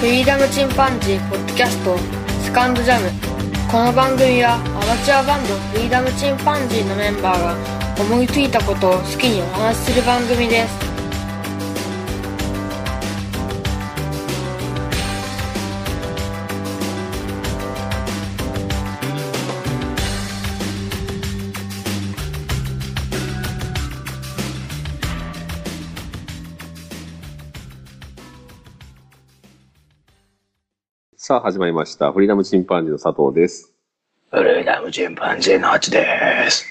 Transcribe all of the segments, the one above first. フリーダムチンパンジーポッドキャストセカンドジャムこの番組はアマチュアバンドフリーダムチンパンジーのメンバーが思いついたことを好きにお話しする番組ですさあ、始まりました。フリーダムチンパンジーの佐藤です。ブルーダムチンパンジーのハチです。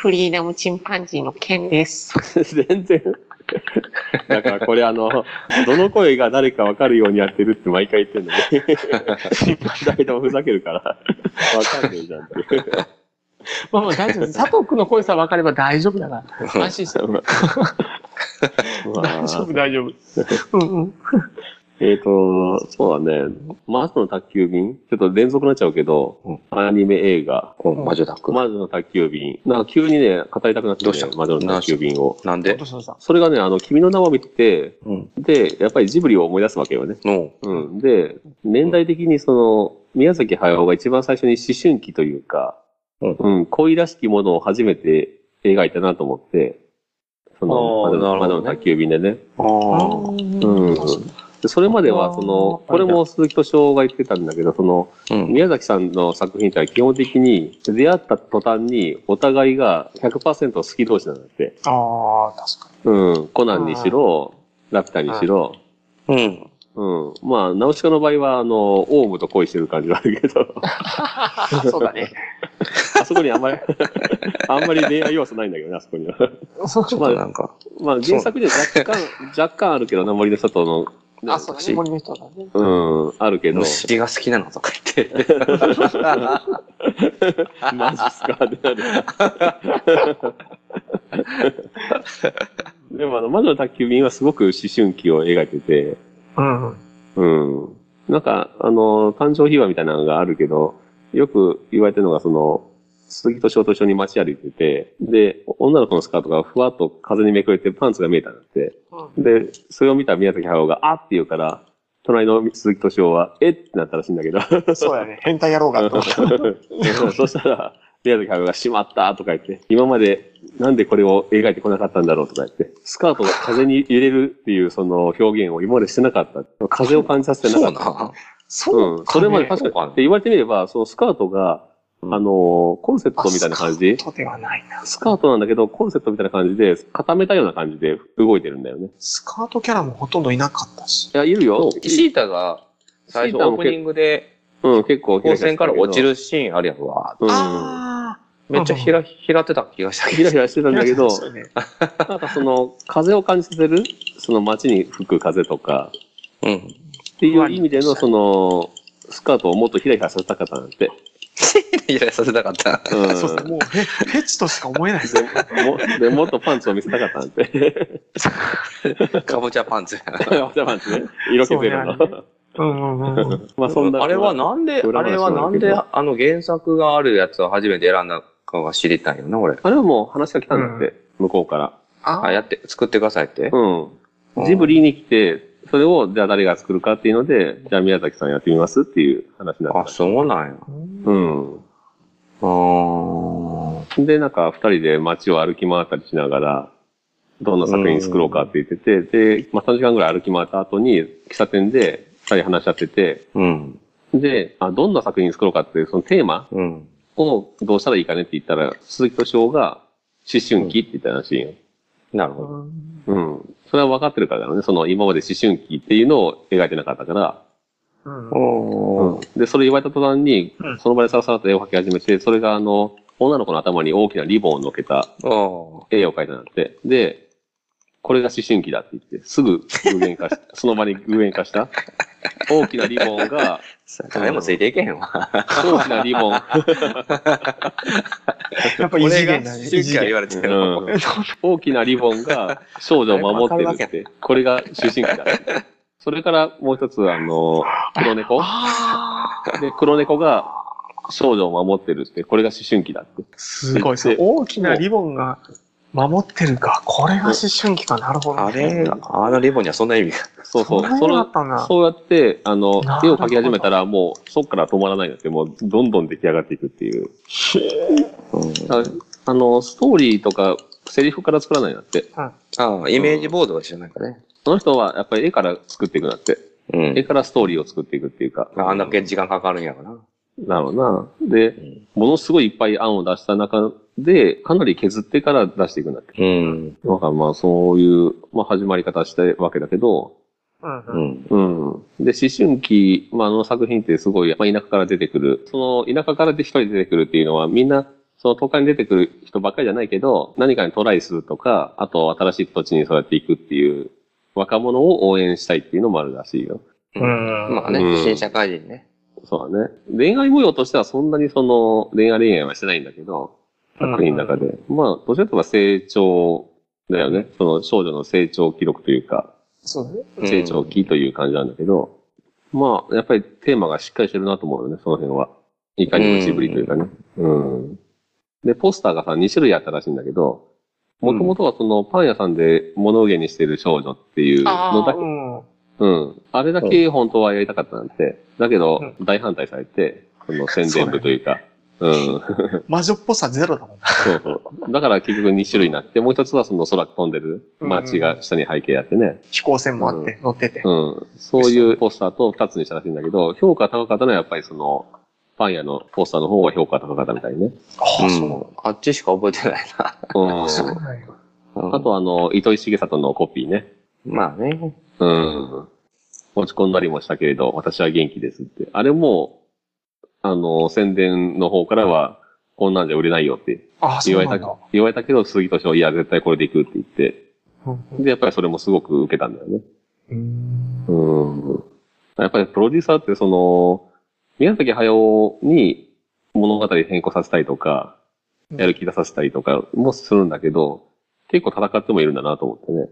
フリーダムチンパンジーの剣です。全然。だからこれあの、どの声が誰かわかるようにやってるって毎回言ってんのに。誰でもふざけるから。わかんねえじゃんって。まあまあ大丈夫です。佐藤くんの声さえ分かれば大丈夫だから。安心して。ま大丈あ夫、大丈夫。うんうん。えっ、と、そうだね。魔女の宅急便ちょっと連続になっちゃうけど、うんアニメ映画。この魔女宅。魔女の宅急便。なんか急にね、語りたくなって、どうした魔女の宅急便を。なんどでうしたどうしたそれがね、あの、君の名を見て、うん。で、やっぱりジブリを思い出すわけよね。の、うん。で、年代的にその、宮崎駿が一番最初に思春期というか、うんうん、恋らしきものを初めて描いたなと思って、その、あー窓のなる窓ほどねの宅急便でね。あうん。でそれまでは、あーその、これも鈴木敏夫が言ってたんだけど、その、あ。うん。宮崎さんの作品ってのは基本的に、出会った途端に、お互いが100%好き同士なんだって。ああ、確かうん。コナンにしろ、ラピュタにしろ、うん。うん。まあ、ナウシカの場合は、あの、オウムと恋してる感じはあるけど、 に。 そうだね。あそこにあんまり、 あんまり恋愛要素ないんだけどね、あそこには。ちょっとなんか、まあ、原作では若干、若干あるけどな、森の里の、ねあ、そうだね。森の人だね。うん、あるけど、虫が好きなのとか言って。マジっすかってなる。でも、あの、魔女の宅急便はすごく思春期を描いてて、うん。うん。なんか、あの、誕生秘話みたいなのがあるけど、よく言われてるのが、その、鈴木敏夫と一緒に街歩いてて、で、女の子のスカートがふわっと風にめくれてパンツが見えたんだって。で、それを見た宮崎駿が、あっって言うから、隣の鈴木敏夫は、えっってなったらしいんだけど。そうだね。変態野郎がと。 そしたら、宮崎駿が、しまったとか言って、今までなんでこれを描いてこなかったんだろうとか言って、スカートが風に揺れるっていうその表現を今までしてなかった。風を感じさせてなそかうった。な。そううん。それまで確そうかかに。ねって言われてみれば、そのスカートが、うんあのーコンセプトみたいな感じあスカートではないな。スカートなんだけど、コンセプトみたいな感じで、固めたような感じで動いてるんだよね。スカートキャラもほとんどいなかったし。いや、いるよ。シータが、最初オープニングで、うん、結構。光線から落ち。るシーンあるやんわ。うん。あめっちゃひら、ひらってた気がしたひけらど。ひらしてたあ。んだけ ど、そうねなんかその、風を感じさせる、その街に吹く風とか、うん。っていう意味での、その、スカートをもっとひらひらさせたかったんだって。ひらひらさせたかった。うん。 そうそうもう、へヘチとしか思えないですね。でもでもっとパンツを見せたかったんだ って。 かぼちゃパンツ。パンツね。色気ゼロその。うんうんうん。 まあそんな。あれはなんで、裏話あれはなんなんで、だあの原作があるやつを初めて選んだかは知りたいよな、俺。あれはもう話が来たんだって、向こうから。あ、やって、作ってくださいって。う。うんんジブリに来て、それを、じゃあ誰が作るかっていうので、じゃあ宮崎さんやってみますっていう話になあ、った。そうなんや。うん。あーで、なんか、二人で街を歩き回ったりしながら、どんな作品作ろうかって言ってて、で、まあ、3時間ぐらい歩き回った後に、喫茶店で二人話し合ってて、うん。で、あどんな作品作ろうかっていう、そのテーマうん。をどうしたらいいかねって言ったら、鈴木敏夫が、思春期って言ったらしいよ。なるほど。うん。それは分かってるからだろうね。その今まで思春期っていうのを描いてなかったから。うんおーで、それ言われた途端にう、んその場でさらさらと絵を描き始めて、それがあの、女の子の頭に大きなリボンを乗っけたお絵を描いたんだって。で、これが思春期だって言って、すぐ具現化し、 その場に具現化した。大きなリボンが、ー。誰もついていけへんわ。大きなリボン、やっぱ異俺次が元だね。瞬間言われてるの。うん大きなリボンが少女を守ってるって、これが思春期だって言って。それからもう一つ、あの、黒猫ああ、で、黒猫が少女を守ってるって、これが思春期だって。すごでい。そう大きなリボンが守ってるか。これが思春期か。なるほど、あれ、あのリボンにはそんな意味が。そうそう。そんなそにあのったんだそうやって、あのなるほ、ど絵を描き始めたら、もう、そっから止まらないんですけど、もう、どんどん出来上がっていくっていう。うんああの、ストーリーとか、セリフから作らないんだって。ああ、イメージボードは一緒なんかね。その人は、やっぱり絵から作っていくんだって。う絵ん。からストーリーを作っていくっていうか。あんだけ時間かかるんやろな。なるほどな。で、ものすごいいっぱい案を出した中で、かなり削ってから出していくんだって。うん。だからまあそういう、まあ始まり方したわけだけど、うんう。うんん。うん。で、思春期、まああの作品ってすごい、まあ田舎から出てくる。その田舎からで一人出てくるっていうのはみんな、その都会に出てくる人ばっかりじゃないけど、何かにトライするとか、あと新しい土地に育っていくっていう、若者を応援したいっていうのもあるらしいよ。うんまあねう、ん新社会人ね。そうだね。恋愛模様としてはそんなにその恋愛恋愛はしてないんだけど、作品の中で。まあ、どちらかといえば成長だよね。その少女の成長記録というか、そうだね。うん成長期という感じなんだけど、まあ、やっぱりテーマがしっかりしてるなと思うよね、その辺は。いかにもちぶりというかね。うん。で、ポスターがさ、2種類あったらしいんだけど、もともとはそのパン屋さんで物憂げにしてる少女っていうのだけ、うん。うん。あれだけ本当はやりたかったなんて、だけど、う大反対されて、その宣伝部というか、うん。魔女っぽさゼロだもんな。そうそう。だから結局2種類になって、もう一つはその空飛んでる街が下に背景あってね。飛行船もあって、乗ってて。うん。そういうポスターと2つにしたらしいんだけど、評価高かったのはやっぱりその、パン屋のポスターの方が評価高かったみたいね。ああ、そうなんだん。あっちしか覚えてないな。うん。そうなんや。うんあとあの、糸井重里のコピーね。まあね。うん。落ち込んだりもしたけれど、私は元気ですって。あれも、あの、宣伝の方からは、こんなんじゃ売れないよってああ、そ言わうれなたんだ。、言われたけど、杉敏夫、いや、絶対これでいくって言って。うんで、やっぱりそれもすごく受けたんだよね。うんうん。やっぱりプロデューサーって、その、宮崎駿に物語変更させたりとか、うんやる気出させたりとかもするんだけど、結構戦ってもいるんだなと思ってね。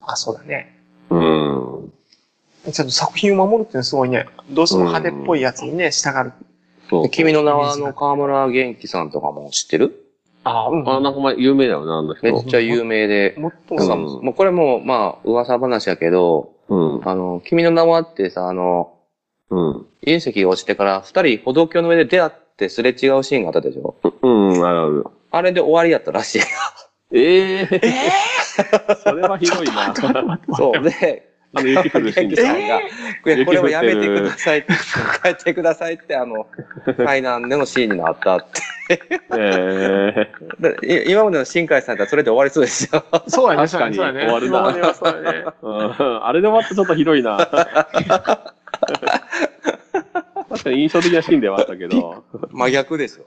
あ、そうだね。うん。ちゃんと作品を守るっていうのはすごいね。どうしても派手っぽいやつにね、従う。そう。君の名はあの河村元気さんとかも知ってるああ、うん。あ、なんか前有名だよな、あの人。めっちゃ有名で。もっとなんもか、うんもうこれも、まあ、噂話やけど、うん。あの、君の名はってさ、あの、うん。隕石が落ちてから二人歩道橋の上で出会ってすれ違うシーンがあったでしょうん、あるある。あれで終わりやったら しい。ええ それはひどいな。そう。で、あの、 雪降るシーンで元気すさかんが、えいやこれはやめてくださいって、帰ってくださいって、あの、海難でのシーンになったって。ええでい今までの新海さんだったらそれで終わりそうですよ。そうやね、確かにそうやね。終わるな今まではそうやね。 うんあれで終わったちょっとひどい な。確かに印象的なシーンではあったけど、真逆ですよ。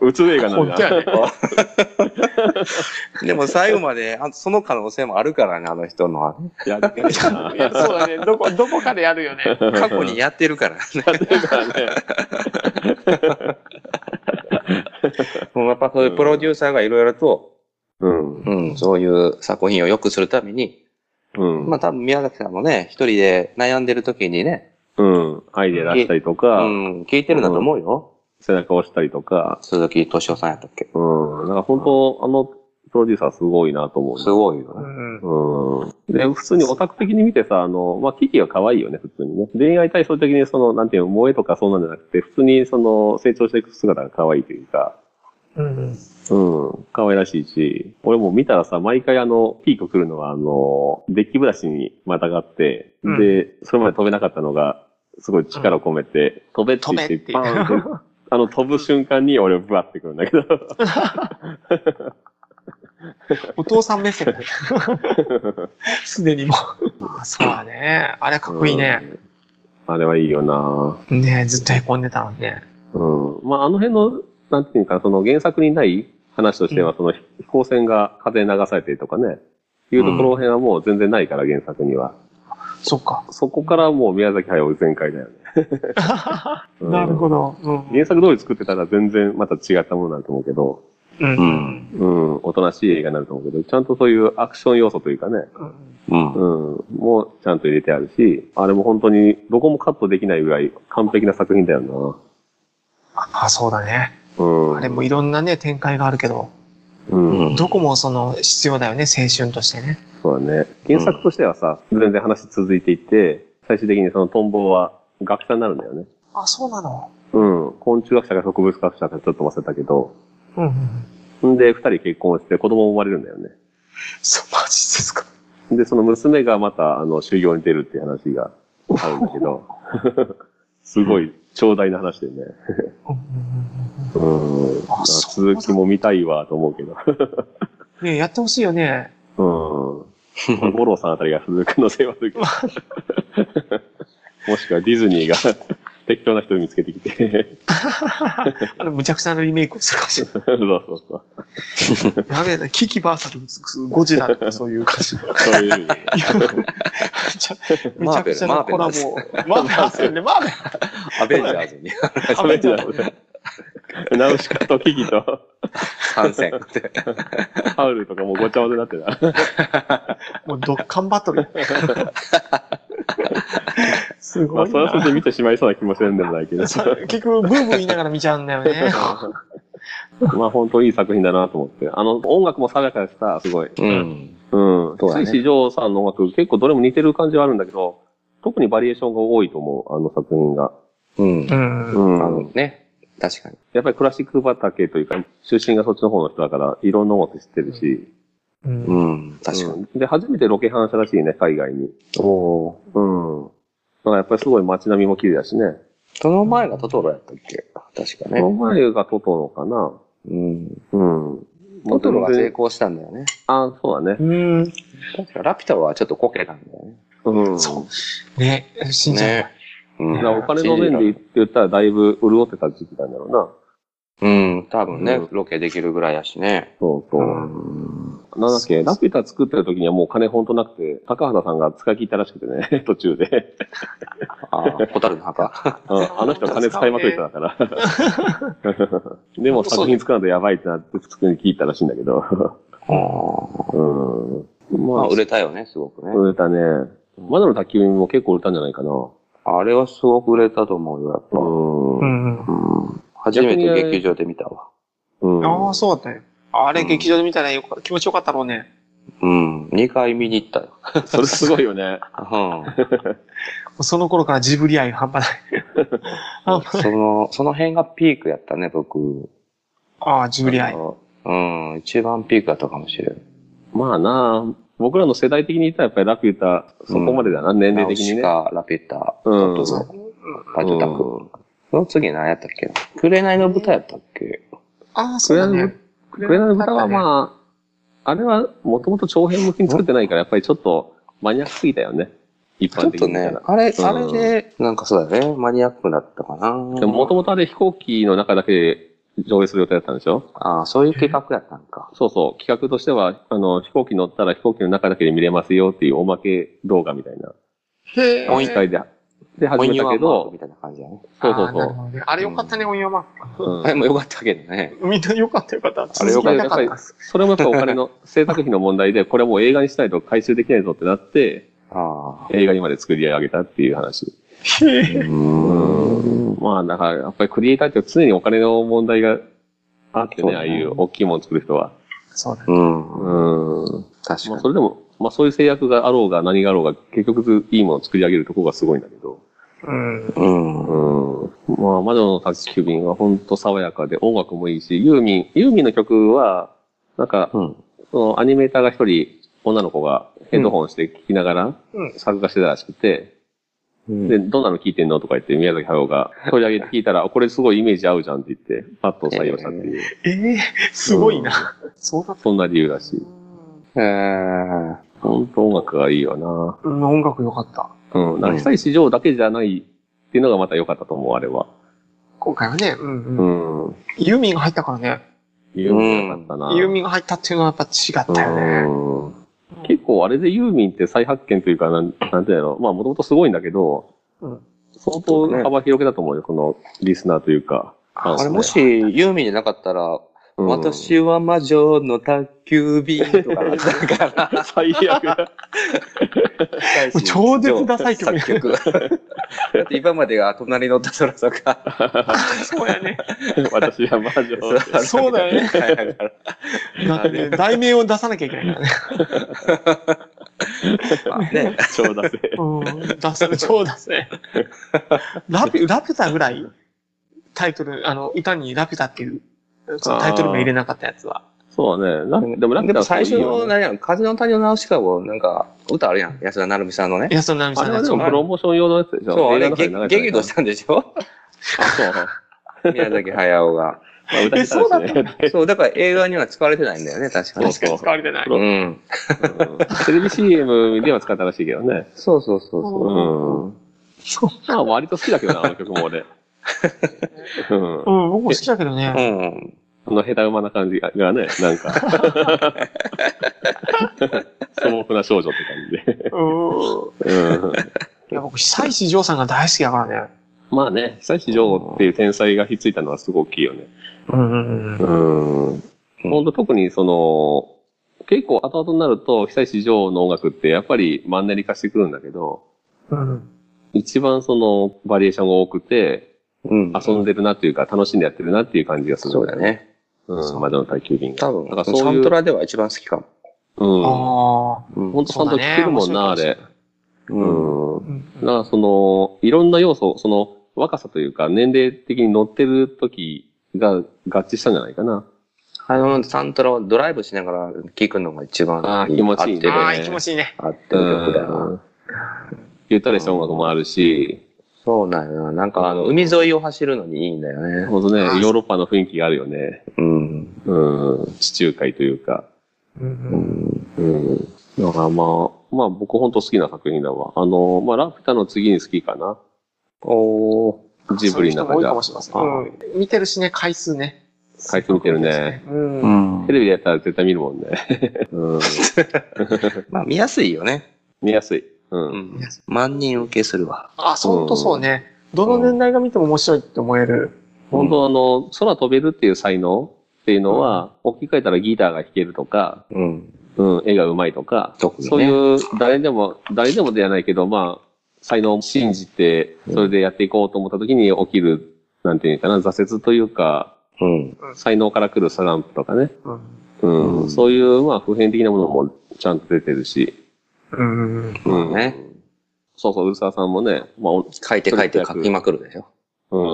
うん、うつ映画なん本当だ。やね。でも最後まで、あその可能性もあるからね、あの人のは。やってるない やそうだね。どこ、どこかでやるよね。過去にやってるからね。もうやっぱそういうプロデューサーがいろいろと、うん。うん、そういう作品を良くするために、うん。まあ多分宮崎さんもね、一人で悩んでる時にね、うん。アイデア出したりとうか、ん、聞いてるんだと思うよ。背中を押したりとか、鈴木敏夫さんやったっけうん。なんか本当、あの、プロデューサーすごいなと思うね。すごいようね。ん。うん。で、普通にオタク的に見てさ、あの、まあ、キキは可愛いよね、普通にね。恋愛対象的にその、なんていうの、萌えとかそうなんじゃなくて、普通にその、成長していく姿が可愛いというか、うん。うん、可愛らしいし、俺も見たらさ、毎回あの、ピーク来るのはあの、デッキブラシにまたがって、うんで、それまで飛べなかったのが、すごい力を込めて、飛べって言って、飛パべってーン って、あの、飛ぶ瞬間に俺ブワってくるんだけど、お父さん目線で。 すでにもう。あそうだね。あれかっこいいね。あれはいいよなねずっと凹んでたのね。うん。まあ、あの辺の、なんていうか、その原作にない話としては、その飛行船が風に流されてるとかね、いうところ辺はもう全然ないから、原作には。そっか。そこからもう宮崎駿全開だよね。うん なるほど。う原作通り作ってたら全然また違ったものになると思うけど、ん。うん。うん、おとなしい映画になると思うけど、ちゃんとそういうアクション要素というかね、うん。うん、もうちゃんと入れてあるし、あれも本当にどこもカットできないぐらい完璧な作品だよあ、そうだね。な。うん。あれもいろんなね、展開があるけど。うん。どこもその必要だよね、青春としてね。そうだね。原作としてはさ、全然話続いていって、最終的にそのトンボは学者になるんだよね。あ、そうなの。うん。昆虫学者か植物学者かちょっと忘れたけど。うんうんうん。んで、二人結婚して子供も生まれるんだよね。そう、マジですか。で、その娘がまた、あの、修行に出るっていう話があるんだけ ど、すごい、長大な話でね。うんうんうんうん。あそうだ続きも見たいわ、と思うけ ど。うんねえやってほしいよね。うん。まあ五郎さんあたりが鈴くのせいはあるけど。 もしくはディズニーが 適当な人見つけてきて。あの、むちゃくちゃなリメイクをするかもしれなそうそうそう。い。やべえな、キキバーサルゴジラとかそういう感 じ。そういう意味で。ちゃめちゃくちゃなコラボ。マーベラスね、マーベラ アベンジャーズに食べてた。 ナウシカとキキと参戦って。ハウルとかもうごちゃ混ぜになってた。もうドッカンバト ル。すまごあ、いそれはそれな。で見てしまいそうな気もせんでもないけど。そう結局、ブーブー言いながら見ちゃうんだよ ね。 まあ、本当いい作品だなと思って。あの、音楽も爽やかでした、すごい。うん。うん。そうだねスイシジョーさんの音楽、結構どれも似てる感じはあるんだけど、特にバリエーションが多いと思う、あの作品が。うんう。ん。あうのん。ね。確かに。やっぱりクラシック畑というか、出身がそっちの方の人だから、いろんな音楽知ってるし。うんうん。確かに。うんで、初めてロケ反射らしいね、海外に。おーうん。だからやっぱりすごい街並みも綺麗だしね。その前がトトロやったっけ確かそのね。前がトトロかな。うん。うん。トトロが成全然功したんだよね。あ、そうだね。うん。確かラピュタはちょっとこけたんだよね。うん。そね、死んじゃう。うだからお金の面で言ったらだいぶ潤ってた時期なんだろうな。うん、多分ねうん、ロケできるぐらいやしね。そうそう。なんだっけ、ラピュタ作ってる時にはもう金ほんとなくて、高畑さんが使い切ったらしくてね、 途中で。あ あ、ホタルの墓。うんあの人は金使いまくる人だから。 でも作品作らないとやばいってなって普通に聞いたらしいんだけど。うん。ままあ、あ、売れたよね、すごくね。売れたね。まだの卓球も結構売れたんじゃないかな。あれはすごく売れたと思うよ、やっうぱ。ん。うん。うん。初めて劇場で見たわ。うん。ああ、そうだったね。あれ、劇場で見たらよか気持ちよかったろうね。うん。2回見に行ったよ。それすごいよね。 うその頃からジブリ愛半端ない。半端ん。その、その辺がピークやったね、僕。ああ、ジブリ愛。うん。一番ピークだったかもしれん。まあなあ、僕らの世代的に言ったらやっぱりラピュタ、そこまでだな、年ナ齢ウ的にシね。カ、ラピュタ、うんトトロ、ラジュタク。その次何やったっけ紅の豚やったっけああ、そうだね。クレナの豚はまあ、あれはもともと長編向きに作ってないから、やっぱりちょっとマニアックすぎたよね。一ちょ般っ的とに言っねたら。、あれ、うんあれで、なんかそうだよね、マニアックだったかな。でももともとあれ飛行機の中だけで上映する予定だったんでしょああ、そういう計画やったんか。そうそう。企画としては、あの、飛行機乗ったら飛行機の中だけで見れますよっていうおまけ動画みたいな。へえ。音一回で、でオ始ンめユたアけマークど、みたいな感じだね。そうそうあーなるそほどねあれよかったね、音読マううん。あれもよかったけどね。みんなよかったよかった。あれよかった続き見たすそれもやっぱお金の制作費の問題で、これはもう映画にしないと回収できないぞってなって、ああ。映画にまで作り上げたっていう話。うーん。まあ、だから、やっぱりクリエイターって常にお金の問題があってそうね、だああねいう大きいもの作る人は。そうだね。うん。うん。確かまあ、にそ。れでも、まあそういう制約があろうが何があろうが、結局いいものを作り上げるところがすごいんだけど。うん。うん。うん。まあ、魔女の宅急便は本当爽やかで音楽もいいし、ユーミン、ユーミンの曲は、なんか、うん。そのアニメーターが一人、女の子がヘッドホンして聴きながらうん、作画してたらしくて、で、どんなの聴いてんのとか言って、宮崎駿が取り上げて聞いたら、あこれすごいイメージ合うじゃんって言って、パッと採用したっていう、ええ、すごいな。そうだっそんな理由らしい。えー、本当音楽がいいよなた。うん音楽よかった。うん。なんか被災市場だけじゃないっていうのがまた良かったと思う、あれは。今回はね、うんううん。ん。ユーミンが入ったからね。ユーミン良かったなユーミンが入ったっていうのはやっぱ違ったよね。うん結構あれでユーミンって再発見というか、なん、なんていうのまあもともとすごいんだけど、うん相当幅広げだと思うよ、このリスナーというか。あファンあスれねもし、ユーミンじゃなかったら、うん私は魔女の宅急便とかなったか ら 最悪だ。もう超絶ダサい曲作曲。 だって今までが隣のったそらそか。そうやね。私は魔女。そうだよねはいだからだってね、題名を出さなきゃいけないからね。まあね。超だせ。うん、出せる、超出せ。ラ ピュ、ラピュタぐらいタイトル、あの、歌にラピュタっていう、そのタイトルも入れなかったやつは。 そうだね。なんでもなんでかも最初の、あ何やん、風の谷のナウシカを、なんか、歌あるやん。安田成美さんのね。安田成美さんれのやはつでもプロモーション用のやつでしょそう、あれ、中でげ流れ激怒したたんでし ょ宮崎駿が。やつ。あ、えそそううまあ歌だいったたね。そう、だから映画には使われてないんだよね、確かに。そうそう使われてない。うん。うんテレビ CM では使ったらしいけどね。そうそうそうそう。うん。そう。まあ割と好きだけど な、あの曲も俺。うん。うん、僕も好きだけどね。うん。あの、下手馬な感じがね、なんか。 素朴な少女ってう感ん。じで。うん。いや、僕、久石譲さんが大好きだからね。まあね、久石譲っていう天才がひっついたのはすごく大きいよね。うんうんううん。ん。ほんと特にその、結構後々になると、久石譲の音楽ってやっぱりマンネリ化してくるんだけど、うん。一番そのバリエーションが多くて、うん。遊んでるなっていうか、楽しんでやってるなっていう感じがする。そうだ。ね。うん、魔女の宅急便が。多だから分、そういうサントラでは一番好きかも。うん。ああ。うんほんとちゃんと聴けるもんな、あそうだれ。ねう。うんん。うんだからその、いろんな要素、その、若さというか、年齢的に乗ってる時が合致したんじゃないかな。あの、サントラをドライブしながら聴くのが一番あー気持ちいいね合ってるああ、気持ちいいね。合ってる曲だな。ゆったりした音楽もあるし、そうなんよな。なんか、あの、海沿いを走るのにいいんだよね。ほんとね、あヨーロッパの雰囲気があるよね。うん。うん。地中海というか。うんうん。だからまあ、まあ僕ほんと好きな作品だわ。あの、まあラピュタの次に好きかな。おー。ジブリの中そういう人も多いじゃかも。しれません。うん。見てるしね、回数ね。回数見てるね。うん。んテ。レビでやったら絶対見るも んね。うん。まあ、見やすいよね。見やすい。うん。ん万人受けするわ。あ、そんとそうね。どの年代が見ても面白いって思える。本当あの、空飛べるっていう才能っていうのは、置き換えたらギターが弾けるとか、うん。うん、絵が上手いとか、特にねそういう誰でも、誰でもではないけど、まあ、才能を信じて、それでやっていこうと思った時に起きる、なんていうかな、挫折というか、うん。才能から来るスランプとかね、うん。うん、うんそういう、まあ、普遍的なものもちゃんと出てるし、うん。うん。ね。そうそう、うるささんもね、まあ、お書いて書いて書きまくるでしょ。うん、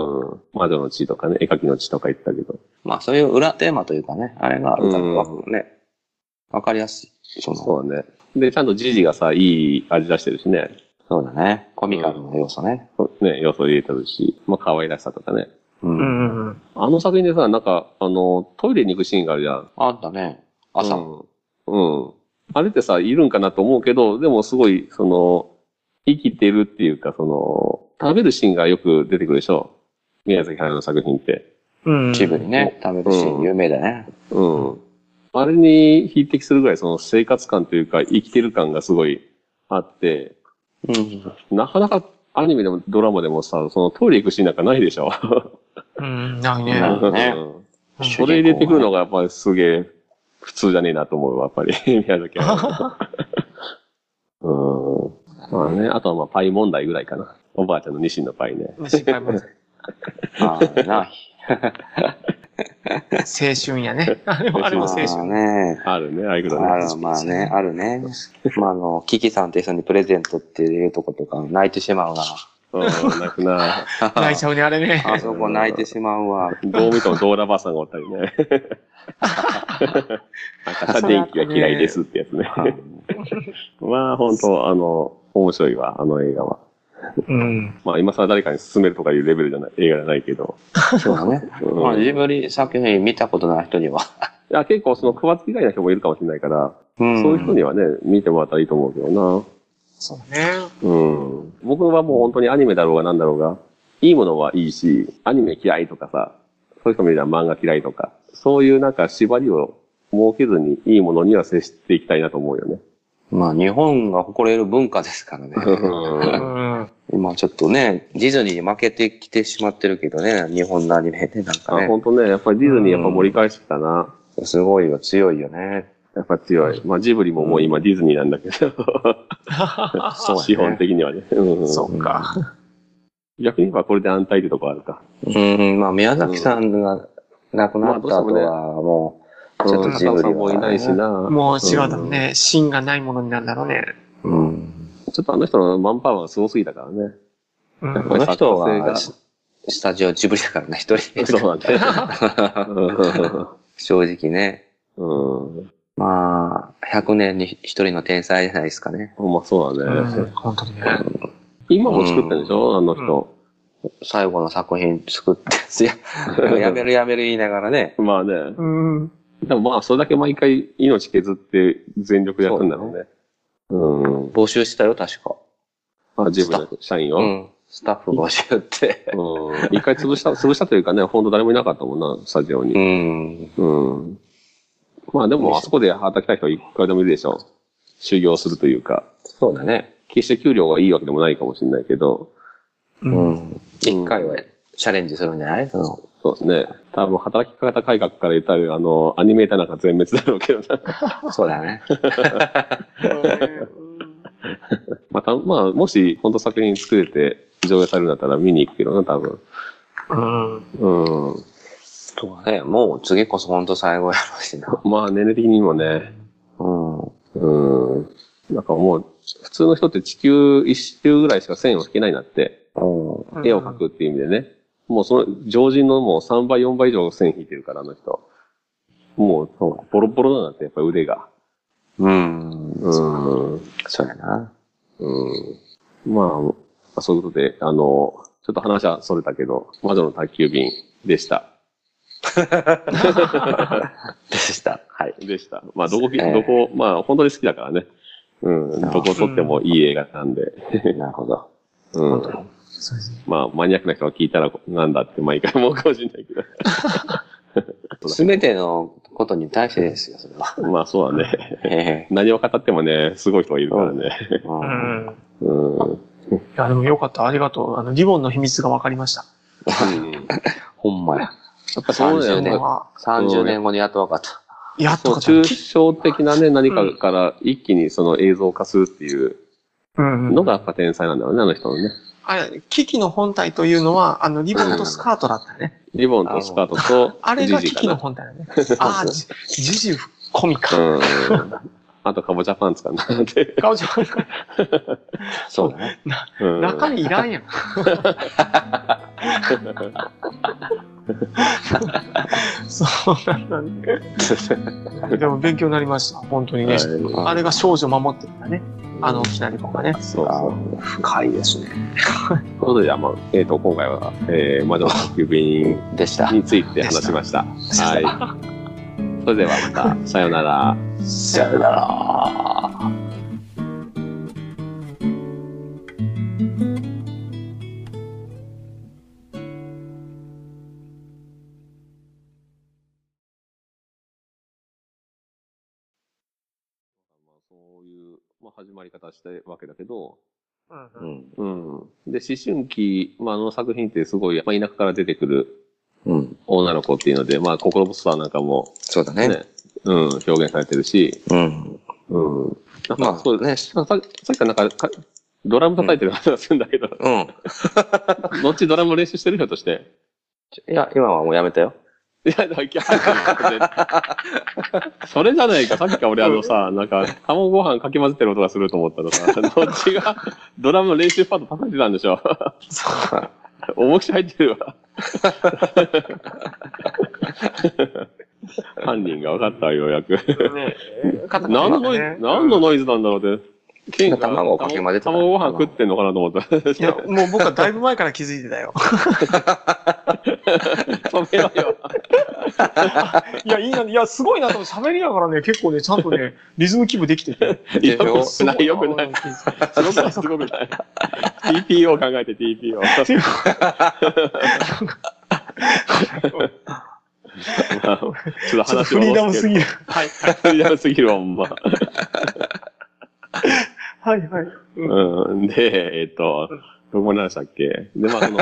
魔女の血とかね、絵描きの血とか言ったけど、まあ、そういう裏テーマというかね、あれがあるからわうね。わかりやすい。そのそうそうだね。で、ちゃんとジジがさ、いい味出してるしね。だね。コミカルな要素ね。ね、要素入れてるし、まあ可愛らしさとかね。うう。ん。あの作品でさ、なんか、あの、トイレに行くシーンがあるじゃん。あったね。朝。うん。うん。あれってさ、いるんかなと思うけど、でもすごい、その、生きてるっていうか、その、食べるシーンがよく出てくるでしょ。宮崎駿の作品って。うん。ジブリね。食べるシーン有名だね。うん。あれに匹敵するぐらい、その生活感というか、生きてる感がすごいあって、うん。なかなかアニメでもドラマでもさ、そのトイレ行くシーンなんかないでしょ。うん。ないね。 なるほどね うんうんそれ入れてくるのがやっぱりすげえ普通じゃねえなと思うわ、やっぱり。 宮崎 は。うん。まあね、あとはまあパイ問題ぐらいかな。おばあちゃんのニシンのパイね。ね心配もないああ、な。青春やね。あれも、あれも青ああ春。ね。あるね、ああいうこあとね。ら、まあね、あるね。まあ、あの、キキさんと一緒にプレゼントっていうとことか、泣いてしまうな。うん、なくな。泣いちゃうね、あれね。あそこ泣いてしまうわ。どう見てもドーラばあさんがおったりね。赤坂電気が嫌いですってやつね。まあ本当あの、面白いわ、あの映画は。うん。まあ今更誰かに勧めるとかいうレベルじゃない、映画じゃないけど。そうだね。うんまあ、ジブリ作品見たことない人には。いや、結構その食わず嫌いな人もいるかもしれないから、うんそういう人にはね、見てもらったらいいと思うけどそうね。な。うん。僕はもう本当にアニメだろうが何だろうが、いいものはいいし、アニメ嫌いとかさ、そういう人もいるじゃん漫画嫌いとか、そういうなんか縛りを設けずにいいものには接していきたいなと思うよね。まあ、日本が誇れる文化ですからね。うん。今ちょっとね、ディズニーに負けてきてしまってるけどね、日本のアニメでなんかあね。本当ね、やっぱりディズニーやっぱ盛り返してきたな。すごいよ、強いよね。やっぱ強い。まあジブリももう今ディズニーなんだけど、そう基本的にはね。うんそっか。逆に言えばこれで安泰ってとこあるか。うん、まあ、宮崎さんが亡くなった後は、もう、ちょっと中尾さんもいないしね。な。もう違うだろうね。芯がないものになるんだろうね。うん。ちょっとあの人のマンパワーがすごすぎたからね。うやっん。ぱこりの人作家は、性ススタジオジブリだからね、一人。が。そうなんだよ。 正直ね。うん。まあ、100年に一人の天才じゃないですかね。ほんまそうだね。うん本当にね。今も作ってるでしょあの人。最後の作品作って、い や、やめるやめる言いながらね。まあね。うん。でもまあ、それだけ毎回命削って全力でやってんだろうね。うん。募集したよ、確か。まあ、自分の社員を。ううん。ん。スタッフ募集って。一回潰した、潰したというかね、ほんと誰もいなかったもんな、スタジオうに。ん。うん。まあでも、あそこで働きたい人はいくらでもいるでしょ。修行するというか。そうだね。決して給料がいいわけでもないかもしれないけど、う。うんん。一回はチャレンジするんじゃないそのそうですね。多分、働き方改革から言ったら、あの、アニメーターなんか全滅だろうけどな。 そうだね。まあ、たまあ、もし、本当作品作れて、上映されるんだったら見に行くけどな、多分。うん。うそうだね。もう次こそほんと最後やろうしな。ん。まあ、年齢的にもね、うん。うん。なんかもう、普通の人って地球一周ぐらいしか線を引けないなって、うん絵を描くっていう意味でね。もうその、常人のもう3倍、4倍以上線引いてるから、あの人。もう、ボロボロなんだって、やっぱり腕が。うん。うん。そうやな。うんまあまあ、そういうことで、あの、ちょっと話はそれたけど、魔女の宅急便でした。でした。 はい。でした。まあ、どこ、ええどこ、まあ、本当に好きだからね。うん、ああどこ撮ってもいい映画なんで。なるほど。うん。そうですね。まあ、マニアックな人が聞いたら、なんだって毎回思うかもしれないけすべてのことに対してですよ、それは。ど。まあ、そうだね。ええ何を語ってもね、すごい人がいるからね。ううんん。うん。うんいや、でもよかった。ありがとう。あの、リボンの秘密が分かりました。ほんまや。やっぱそうだ30よ年ねで。は、 30年後にやっとわかった。やっそとうかった。抽象的なね、何かから一気にその映像化するっていううんうんのがやっぱ天才なんだろうね、あの人のね。あれ、キキの本体というのは、あの、リボンとスカートだったね。リボンとスカートと、あれジがジイキかキのな。本体だね。ああ、ジジジ込みか。うん。あと、カボチャパンツかなって。顔じゃないか。そうだね。うん中身いらんやん。そうなんだね。でも勉強になりました。本当にね。はいあれが少女を守ってるんだね。あの、沖縄リボンがね。そうそう。深いですね。ということで、じゃあ、まあ、えっと、今回は、えー、魔女の宅急便でした。について話しま した。はい。それではまた、さようなら。さよなら。そういう、まあ、始まり方したわけだけど、うんううんん。うん。で、思春期、まあ、あの作品ってすごい、まあ、田舎から出てくるうん。女の子っていうので、まあ、心細さなんかも、そうだね。ね、うん、表現されてるし、うん。うん。なんまかあそうね。ささっきさっきからなんかか、ドラム叩いてる話がするんだけ ど、うん。どっちドラム練習してる人として。いや、今はもうやめたよ。いや、だから逆にそれじゃないか。さっきから俺あのさ、なんか、卵ご飯かき混ぜてる音がすると思ったのさ、どっちがドラムの練習パート叩いてたんでしょ。重くし入ってるわ。 犯人が分かったわようやく。ね何のノイズ、何のノイズなんだろうって。ケが卵をかき混ぜてた卵ご飯食ってんのかなと思った。いや、もう僕はだいぶ前から気づいてたよ。止めろよ。いや、いいな、いや、すごいなと思って喋りながらね、結構ね、ちゃんとね、リズムキープできてて。でしょすごいよくない。すごくない、すごくない。TPO 考えて TPO。まあちょっとちょっと話をフリーダムすぎる。はい。フリーダムすぎるわ、ほんま。はいはい。うん。で、えっと、どこまで話したっけで、まあ、その、